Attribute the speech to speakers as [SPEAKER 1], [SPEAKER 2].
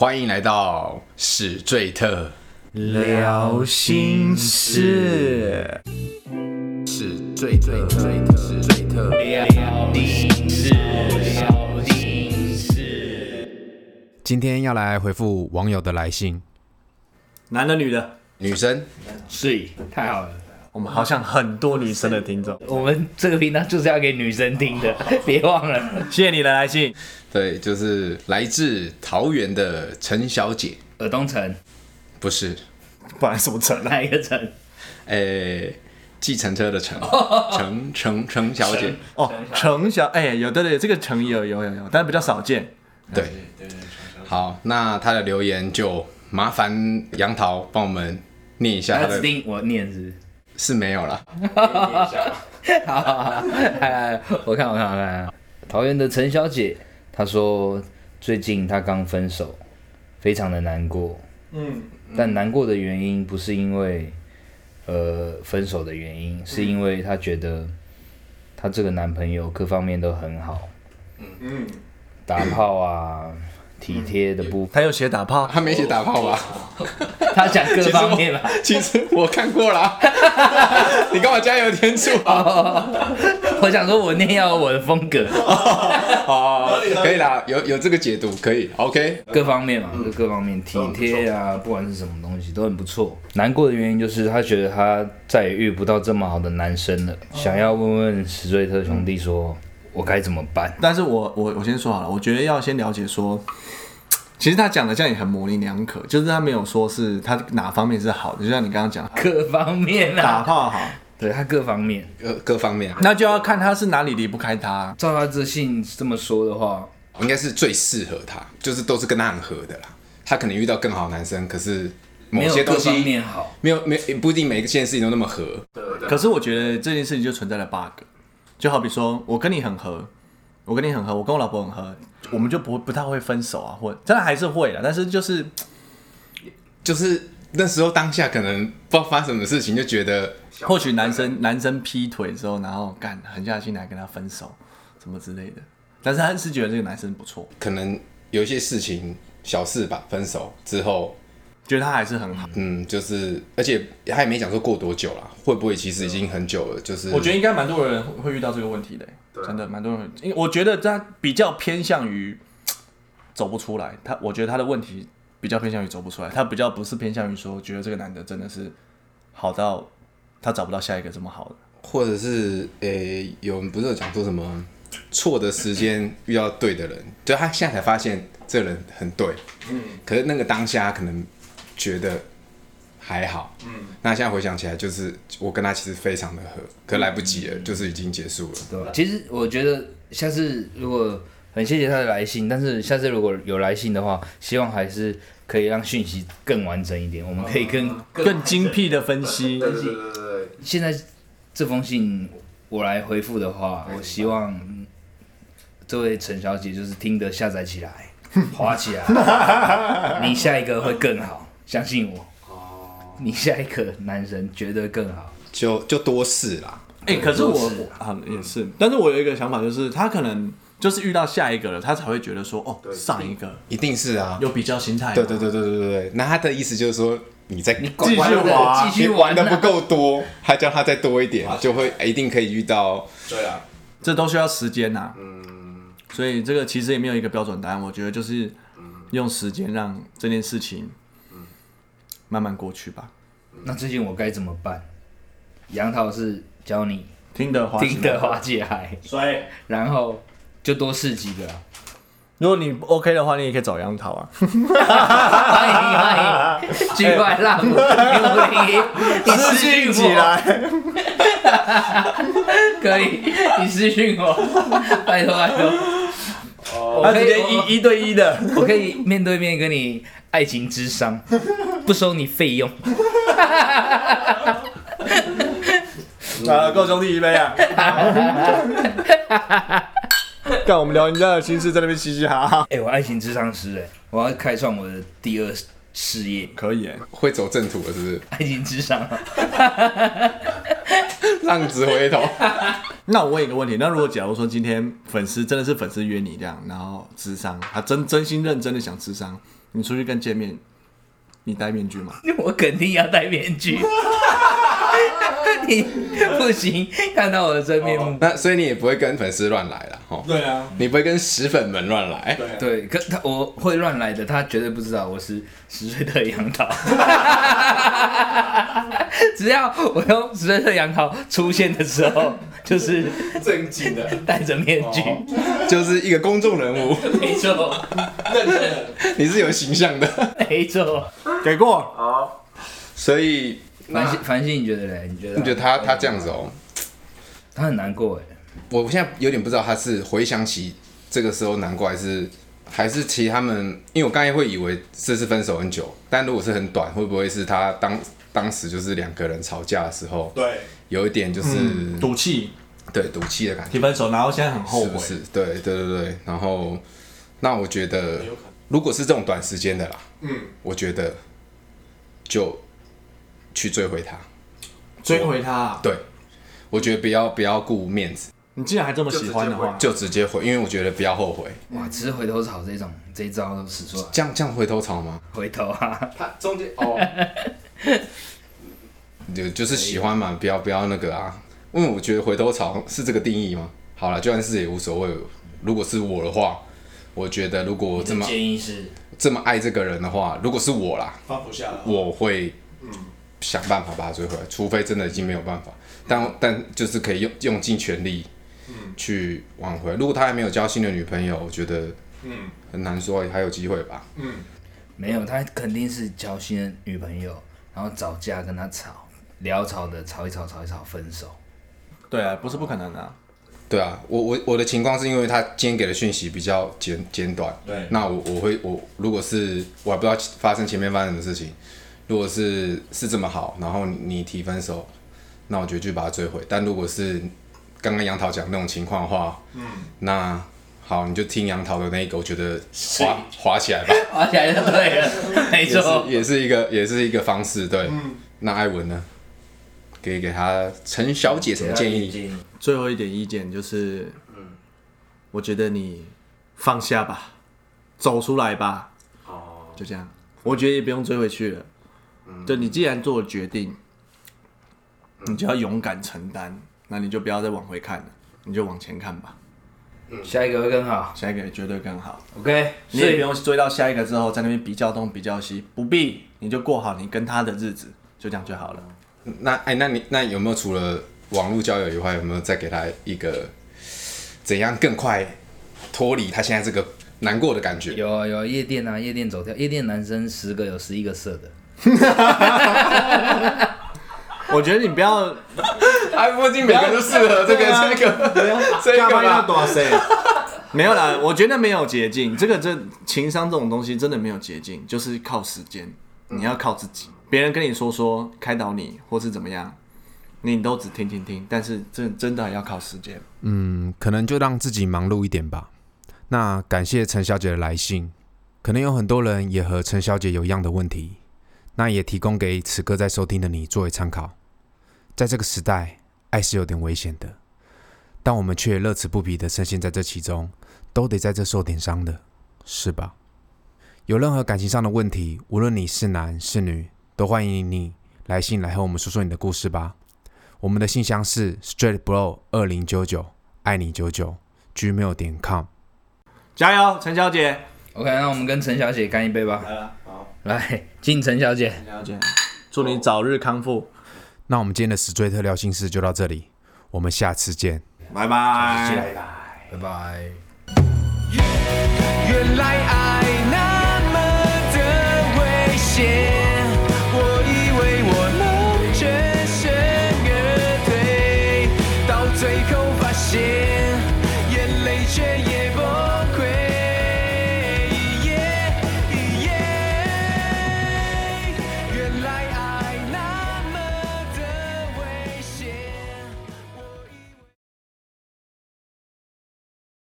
[SPEAKER 1] 欢迎来到史最特，
[SPEAKER 2] 聊心事，
[SPEAKER 1] 史最最最特，史最特。今天要来回复网友的来信，
[SPEAKER 2] 男的女的，
[SPEAKER 1] 女生
[SPEAKER 3] 对，太好了。
[SPEAKER 2] 我们好像很多女生的听众，
[SPEAKER 3] 我们这个频道就是要给女生听 的，别忘了。
[SPEAKER 2] 谢谢你的来信。
[SPEAKER 1] 对，就是来自桃园的陈小姐，
[SPEAKER 3] 尔东城
[SPEAKER 1] 不是，
[SPEAKER 2] 不然什么城啊？
[SPEAKER 3] 哪一个城？
[SPEAKER 1] 诶，计程车的陈，陈陈陈小姐，
[SPEAKER 2] 哦，城小，哎、有的有这个城有有有有，但是比较少见。
[SPEAKER 1] 对，好，那她的留言就麻烦杨桃帮我们念一下她
[SPEAKER 3] 他指
[SPEAKER 1] 的，
[SPEAKER 3] 定我念是
[SPEAKER 1] 是没有了。
[SPEAKER 3] 不是。 好好好，来来来我看我看我看。桃园的陈小姐，她说最近她刚分手，非常的难过。
[SPEAKER 2] 嗯，
[SPEAKER 3] 但难过的原因不是因为呃分手的原因，是因为她觉得她这个男朋友各方面都很好，
[SPEAKER 2] 嗯，
[SPEAKER 3] 打炮啊、体贴的部分，
[SPEAKER 2] 他有写打炮，
[SPEAKER 1] 他没写打炮吧？
[SPEAKER 2] 嗯
[SPEAKER 3] 她讲各方面吧。
[SPEAKER 1] 其实我看过啦， 你干嘛加油添醋啊？
[SPEAKER 3] 哦我想说，我念要有我的风格，
[SPEAKER 1] 哦，可以啦，有有这个解读可以，OK。
[SPEAKER 3] 各方面嘛，就各方面体贴啊，不管是什么东西都很不错。难过的原因就是她觉得她再也遇不到这么好的男生了，想要问问史瑞特兄弟说，我该怎么办？
[SPEAKER 2] 但是我我我先说好了，我觉得要先了解说，其实他讲的这样也很模棱两可，就是他没有说是他哪方面是好的，就像你刚刚讲，
[SPEAKER 3] 各方面
[SPEAKER 2] 打
[SPEAKER 3] 啊，
[SPEAKER 2] 炮好，
[SPEAKER 3] 对他各方面，
[SPEAKER 1] 各各方面啊，
[SPEAKER 2] 那就要看他是哪里离不开他。
[SPEAKER 3] 照他这信这么说的话，
[SPEAKER 1] 应该是最适合他，就是都是跟他很合的啦。他可能遇到更好的男生，可是某
[SPEAKER 3] 没有
[SPEAKER 1] 些
[SPEAKER 3] 各
[SPEAKER 1] 东
[SPEAKER 3] 方
[SPEAKER 1] 西
[SPEAKER 3] 面好，
[SPEAKER 1] 没有没也不一定每一件事情都那么合。
[SPEAKER 2] 可是我觉得这件事情就存在了 bug，就好比说我跟你很合，我跟你很合，我跟我老婆很合，我们就不不太会分手啊，或当然还是会啦，但是就是
[SPEAKER 1] 就是那时候当下可能 不知道发生什么事情，就觉得
[SPEAKER 2] 或许男生男生劈腿之后，然后干狠下心来跟他分手，什么之类的，但是他是觉得这个男生不错，
[SPEAKER 1] 可能有一些事情小事吧，分手之后
[SPEAKER 2] 觉得他还是很好，
[SPEAKER 1] 嗯，就是，而且他也没讲说过多久啦，会不会其实已经很久了？就是
[SPEAKER 2] 我觉得应该蛮多人会遇到这个问题的、真的蛮多人，因为我觉得他比较偏向于走不出来，他我觉得他的问题比较偏向于走不出来，他比较不是偏向于说觉得这个男的真的是好到他找不到下一个这么好的，
[SPEAKER 1] 或者是诶、有人不是有讲说什么错的时间遇到对的人，就他现在才发现这个人很对，嗯，可是那个当下可能觉得还好，嗯，那现在回想起来，就是我跟他其实非常的合，可来不及了，就是已经结束了。
[SPEAKER 3] 对吧？其实我觉得下次如果很谢谢他的来信，但是下次如果有来信的话，希望还是可以让讯息更完整一点，我们可以更
[SPEAKER 2] 更精辟的分析，
[SPEAKER 3] 现在这封信我来回复的话，我希望嗯这位陈小姐就是听得下载起来，滑起来，你下一个会更好，相信我。你下一个男神绝对更好，
[SPEAKER 1] 就就多事啦，
[SPEAKER 2] 哎、可是
[SPEAKER 3] 都
[SPEAKER 2] 我
[SPEAKER 3] 是
[SPEAKER 2] 啊也是，但是我有一个想法，就是他可能就是遇到下一个了，他才会觉得说哦上一个
[SPEAKER 1] 一定是啊，
[SPEAKER 2] 有比较心态嘛，
[SPEAKER 1] 对对对对对对对。那他的意思就是说，你 在
[SPEAKER 2] 继续
[SPEAKER 3] 玩
[SPEAKER 2] 滑
[SPEAKER 3] 继续
[SPEAKER 1] 你玩
[SPEAKER 3] 玩
[SPEAKER 1] 的不
[SPEAKER 3] 啊
[SPEAKER 1] 够多，他叫他再多一点，就会一定可以遇到。
[SPEAKER 2] 这都需要时间呐、嗯，所以这个其实也没有一个标准答案，我觉得就是用时间让这件事情慢慢过去吧。
[SPEAKER 3] 那最近我该怎么办？杨桃是教你
[SPEAKER 2] 听得滑，
[SPEAKER 3] 听得滑起来，然后就多试几个啊，
[SPEAKER 2] 如果你 OK 的话，你也可以找杨桃啊。
[SPEAKER 3] 欢迎欢迎，举怪浪五零一，你私讯
[SPEAKER 2] 哎起
[SPEAKER 3] 我。
[SPEAKER 2] 来，
[SPEAKER 3] 可以，你私信我， 拜托拜托。我
[SPEAKER 2] 他
[SPEAKER 3] 哦可
[SPEAKER 2] 直
[SPEAKER 3] 以
[SPEAKER 2] 接一一对一的。
[SPEAKER 3] 我，我可以面对面跟你爱情智商，不收你费用。
[SPEAKER 2] 啊，够兄弟一杯啊！ 干，我们聊人家的心事，在那边嘻嘻哈哈。
[SPEAKER 3] 哎、我爱情智商师哎、我要开创我的第二事业，
[SPEAKER 2] 可以欸，
[SPEAKER 1] 会走正途了，是不是？
[SPEAKER 3] 爱情智 商啊。
[SPEAKER 1] 浪子回头，
[SPEAKER 2] 那我问一个问题，那如果假如说今天粉丝真的是粉丝约你这样，然后智商，他真真心认真的想智商，你出去跟见面，你戴面具吗？
[SPEAKER 3] 我肯定要戴面 具。你不行，看到我的真面目。
[SPEAKER 1] 那所以你也不会跟粉丝乱来了，吼，
[SPEAKER 4] 对啊，
[SPEAKER 1] 你不会跟石粉们乱来。
[SPEAKER 4] 对啊，
[SPEAKER 3] 对，可他我会乱来的，他绝对不知道我是十岁的杨桃。只要我用十岁的杨桃出现的时候，就是
[SPEAKER 4] 正经的，
[SPEAKER 3] 戴着面具，
[SPEAKER 4] 哦
[SPEAKER 1] 就是一个公众人物，
[SPEAKER 3] 没错，
[SPEAKER 4] 认真的。
[SPEAKER 1] 你是有形象
[SPEAKER 4] 啊
[SPEAKER 1] 的。
[SPEAKER 3] 没错。
[SPEAKER 2] 给过，
[SPEAKER 4] 好，
[SPEAKER 1] 所以
[SPEAKER 3] 繁星，繁星，你觉得嘞？你觉得？
[SPEAKER 1] 你觉得他他这样子哦、
[SPEAKER 3] 他很难过哎。
[SPEAKER 1] 我我现在有点不知道他是回想起这个时候难过，还是还是其实他们，因为我刚才会以为这次分手很久，但如果是很短，会不会是他当当时就是两个人吵架的时候，
[SPEAKER 4] 对，
[SPEAKER 1] 有一点就是、
[SPEAKER 2] 嗯，赌气
[SPEAKER 1] 对赌气的感觉？
[SPEAKER 2] 提分手，然后现在很后
[SPEAKER 1] 是
[SPEAKER 2] 悔
[SPEAKER 1] 不，是？对对对对。然后，那我觉得
[SPEAKER 4] 很有可能，
[SPEAKER 1] 如果是这种短时间的啦，
[SPEAKER 4] 嗯，
[SPEAKER 1] 我觉得就去追回他。
[SPEAKER 4] 啊
[SPEAKER 2] 追回他啊，
[SPEAKER 1] 对，我觉得不要不要顾面子，
[SPEAKER 2] 你既然还这么喜欢的话，
[SPEAKER 1] 就直接回，因为我觉得不要后悔。
[SPEAKER 3] 哇，只是回头草这种这一招都使出来，
[SPEAKER 1] 这样这样回头草吗？
[SPEAKER 3] 回头 啊，
[SPEAKER 4] 他中间哦，
[SPEAKER 1] 就就是喜欢嘛，不要不要那个啊。因为我觉得回头草是这个定义吗？好了，就算是也无所谓。如果是我的话，我觉得如果我这么
[SPEAKER 3] 建议是
[SPEAKER 1] 这么爱这个人的话，如果是我啦，
[SPEAKER 4] 放不下了。嗯
[SPEAKER 1] 我会想办法把它追回来，除非真的已经没有办法。
[SPEAKER 4] 嗯
[SPEAKER 1] 但但就是可以用用尽全力去挽回。如果他还没有交新的女朋友，我觉得
[SPEAKER 4] 嗯
[SPEAKER 1] 很难说还有机会吧。
[SPEAKER 4] 嗯，
[SPEAKER 3] 没有，他肯定是交新的女朋友，然后找架跟他吵，聊吵的吵一吵，吵一吵分手。
[SPEAKER 2] 对啊，不是不可能啊，
[SPEAKER 1] 对啊，我我我的情况是因为他今天给的讯息比较简简短，
[SPEAKER 4] 对
[SPEAKER 1] 那我我会我如果是我还不知道发生前面发生什么事情，如果是是这么好，然后你提分手，那我觉得就把他追回。但如果是刚刚杨桃讲那种情况的话，嗯，那好，你就听杨桃的那一个，我觉得滑滑起来吧，
[SPEAKER 3] 滑起来就对了，没
[SPEAKER 1] 也是
[SPEAKER 3] 错。
[SPEAKER 1] 也是一个也是一个方式，对。那艾文呢？可以给他陈小姐什么建议？
[SPEAKER 3] 议？
[SPEAKER 2] 最后一点意见就是，我觉得你放下吧，走出来吧，
[SPEAKER 4] 哦，
[SPEAKER 2] 就这样，我觉得也不用追回去了。对你既然做了决定，你就要勇敢承担，那你就不要再往回看了，你就往前看吧，
[SPEAKER 3] 下一个会更好。
[SPEAKER 2] 下一个绝对更好。
[SPEAKER 3] OK，
[SPEAKER 2] 你
[SPEAKER 3] 所
[SPEAKER 2] 也不
[SPEAKER 3] 以
[SPEAKER 2] 用追到下一个之后在那边比较东比较西，不必，你就过好你跟他的日子，就这样就好了。
[SPEAKER 1] 那哎，那你那有没有除了网络交友以外，有没有再给他一个怎样更快脱离他现在这个难过的感觉？
[SPEAKER 3] 有啊有啊夜店啊，夜店走跳，夜店男生十个有十一个色的，
[SPEAKER 2] 我觉得你不要
[SPEAKER 1] 哎，不仅每个都适合这个
[SPEAKER 2] 对啊
[SPEAKER 1] 这个 这个吧？
[SPEAKER 2] 多谁？ 没有啦，我觉得没有捷径。这个这情商这种东西真的没有捷径，就是靠时间，你要靠自己。别人跟你说说开导你，或是怎么样，你都只听听听，但是这真的要靠时间。
[SPEAKER 1] 嗯，可能就让自己忙碌一点吧。那感谢陈小姐的来信，可能有很多人也和陈小姐有一样的问题，那也提供给此刻在收听的你作为参考。在这个时代，爱是有点危险的，但我们却乐此不疲的深陷在这其中，都得在这受点伤的，是吧？有任何感情上的问题，无论你是男是女，都欢迎你来信来和我们说说你的故事吧。我们的信箱是 straightbro 二零九九爱你九九 gmail 点 com。
[SPEAKER 2] 加油，陈小姐！
[SPEAKER 3] OK，那我们跟陈小姐干一杯吧。
[SPEAKER 4] 来了，好，
[SPEAKER 3] 来，敬陈小姐，
[SPEAKER 2] 陈小姐，祝你早日康复，
[SPEAKER 1] 那我们今天的史最特料心事就到这里，我们下次见。
[SPEAKER 2] 拜拜。
[SPEAKER 4] 拜
[SPEAKER 3] 拜
[SPEAKER 4] 拜。
[SPEAKER 3] 拜。
[SPEAKER 5] 原来爱那么的危险，我以为我能全身而退，到最后发现。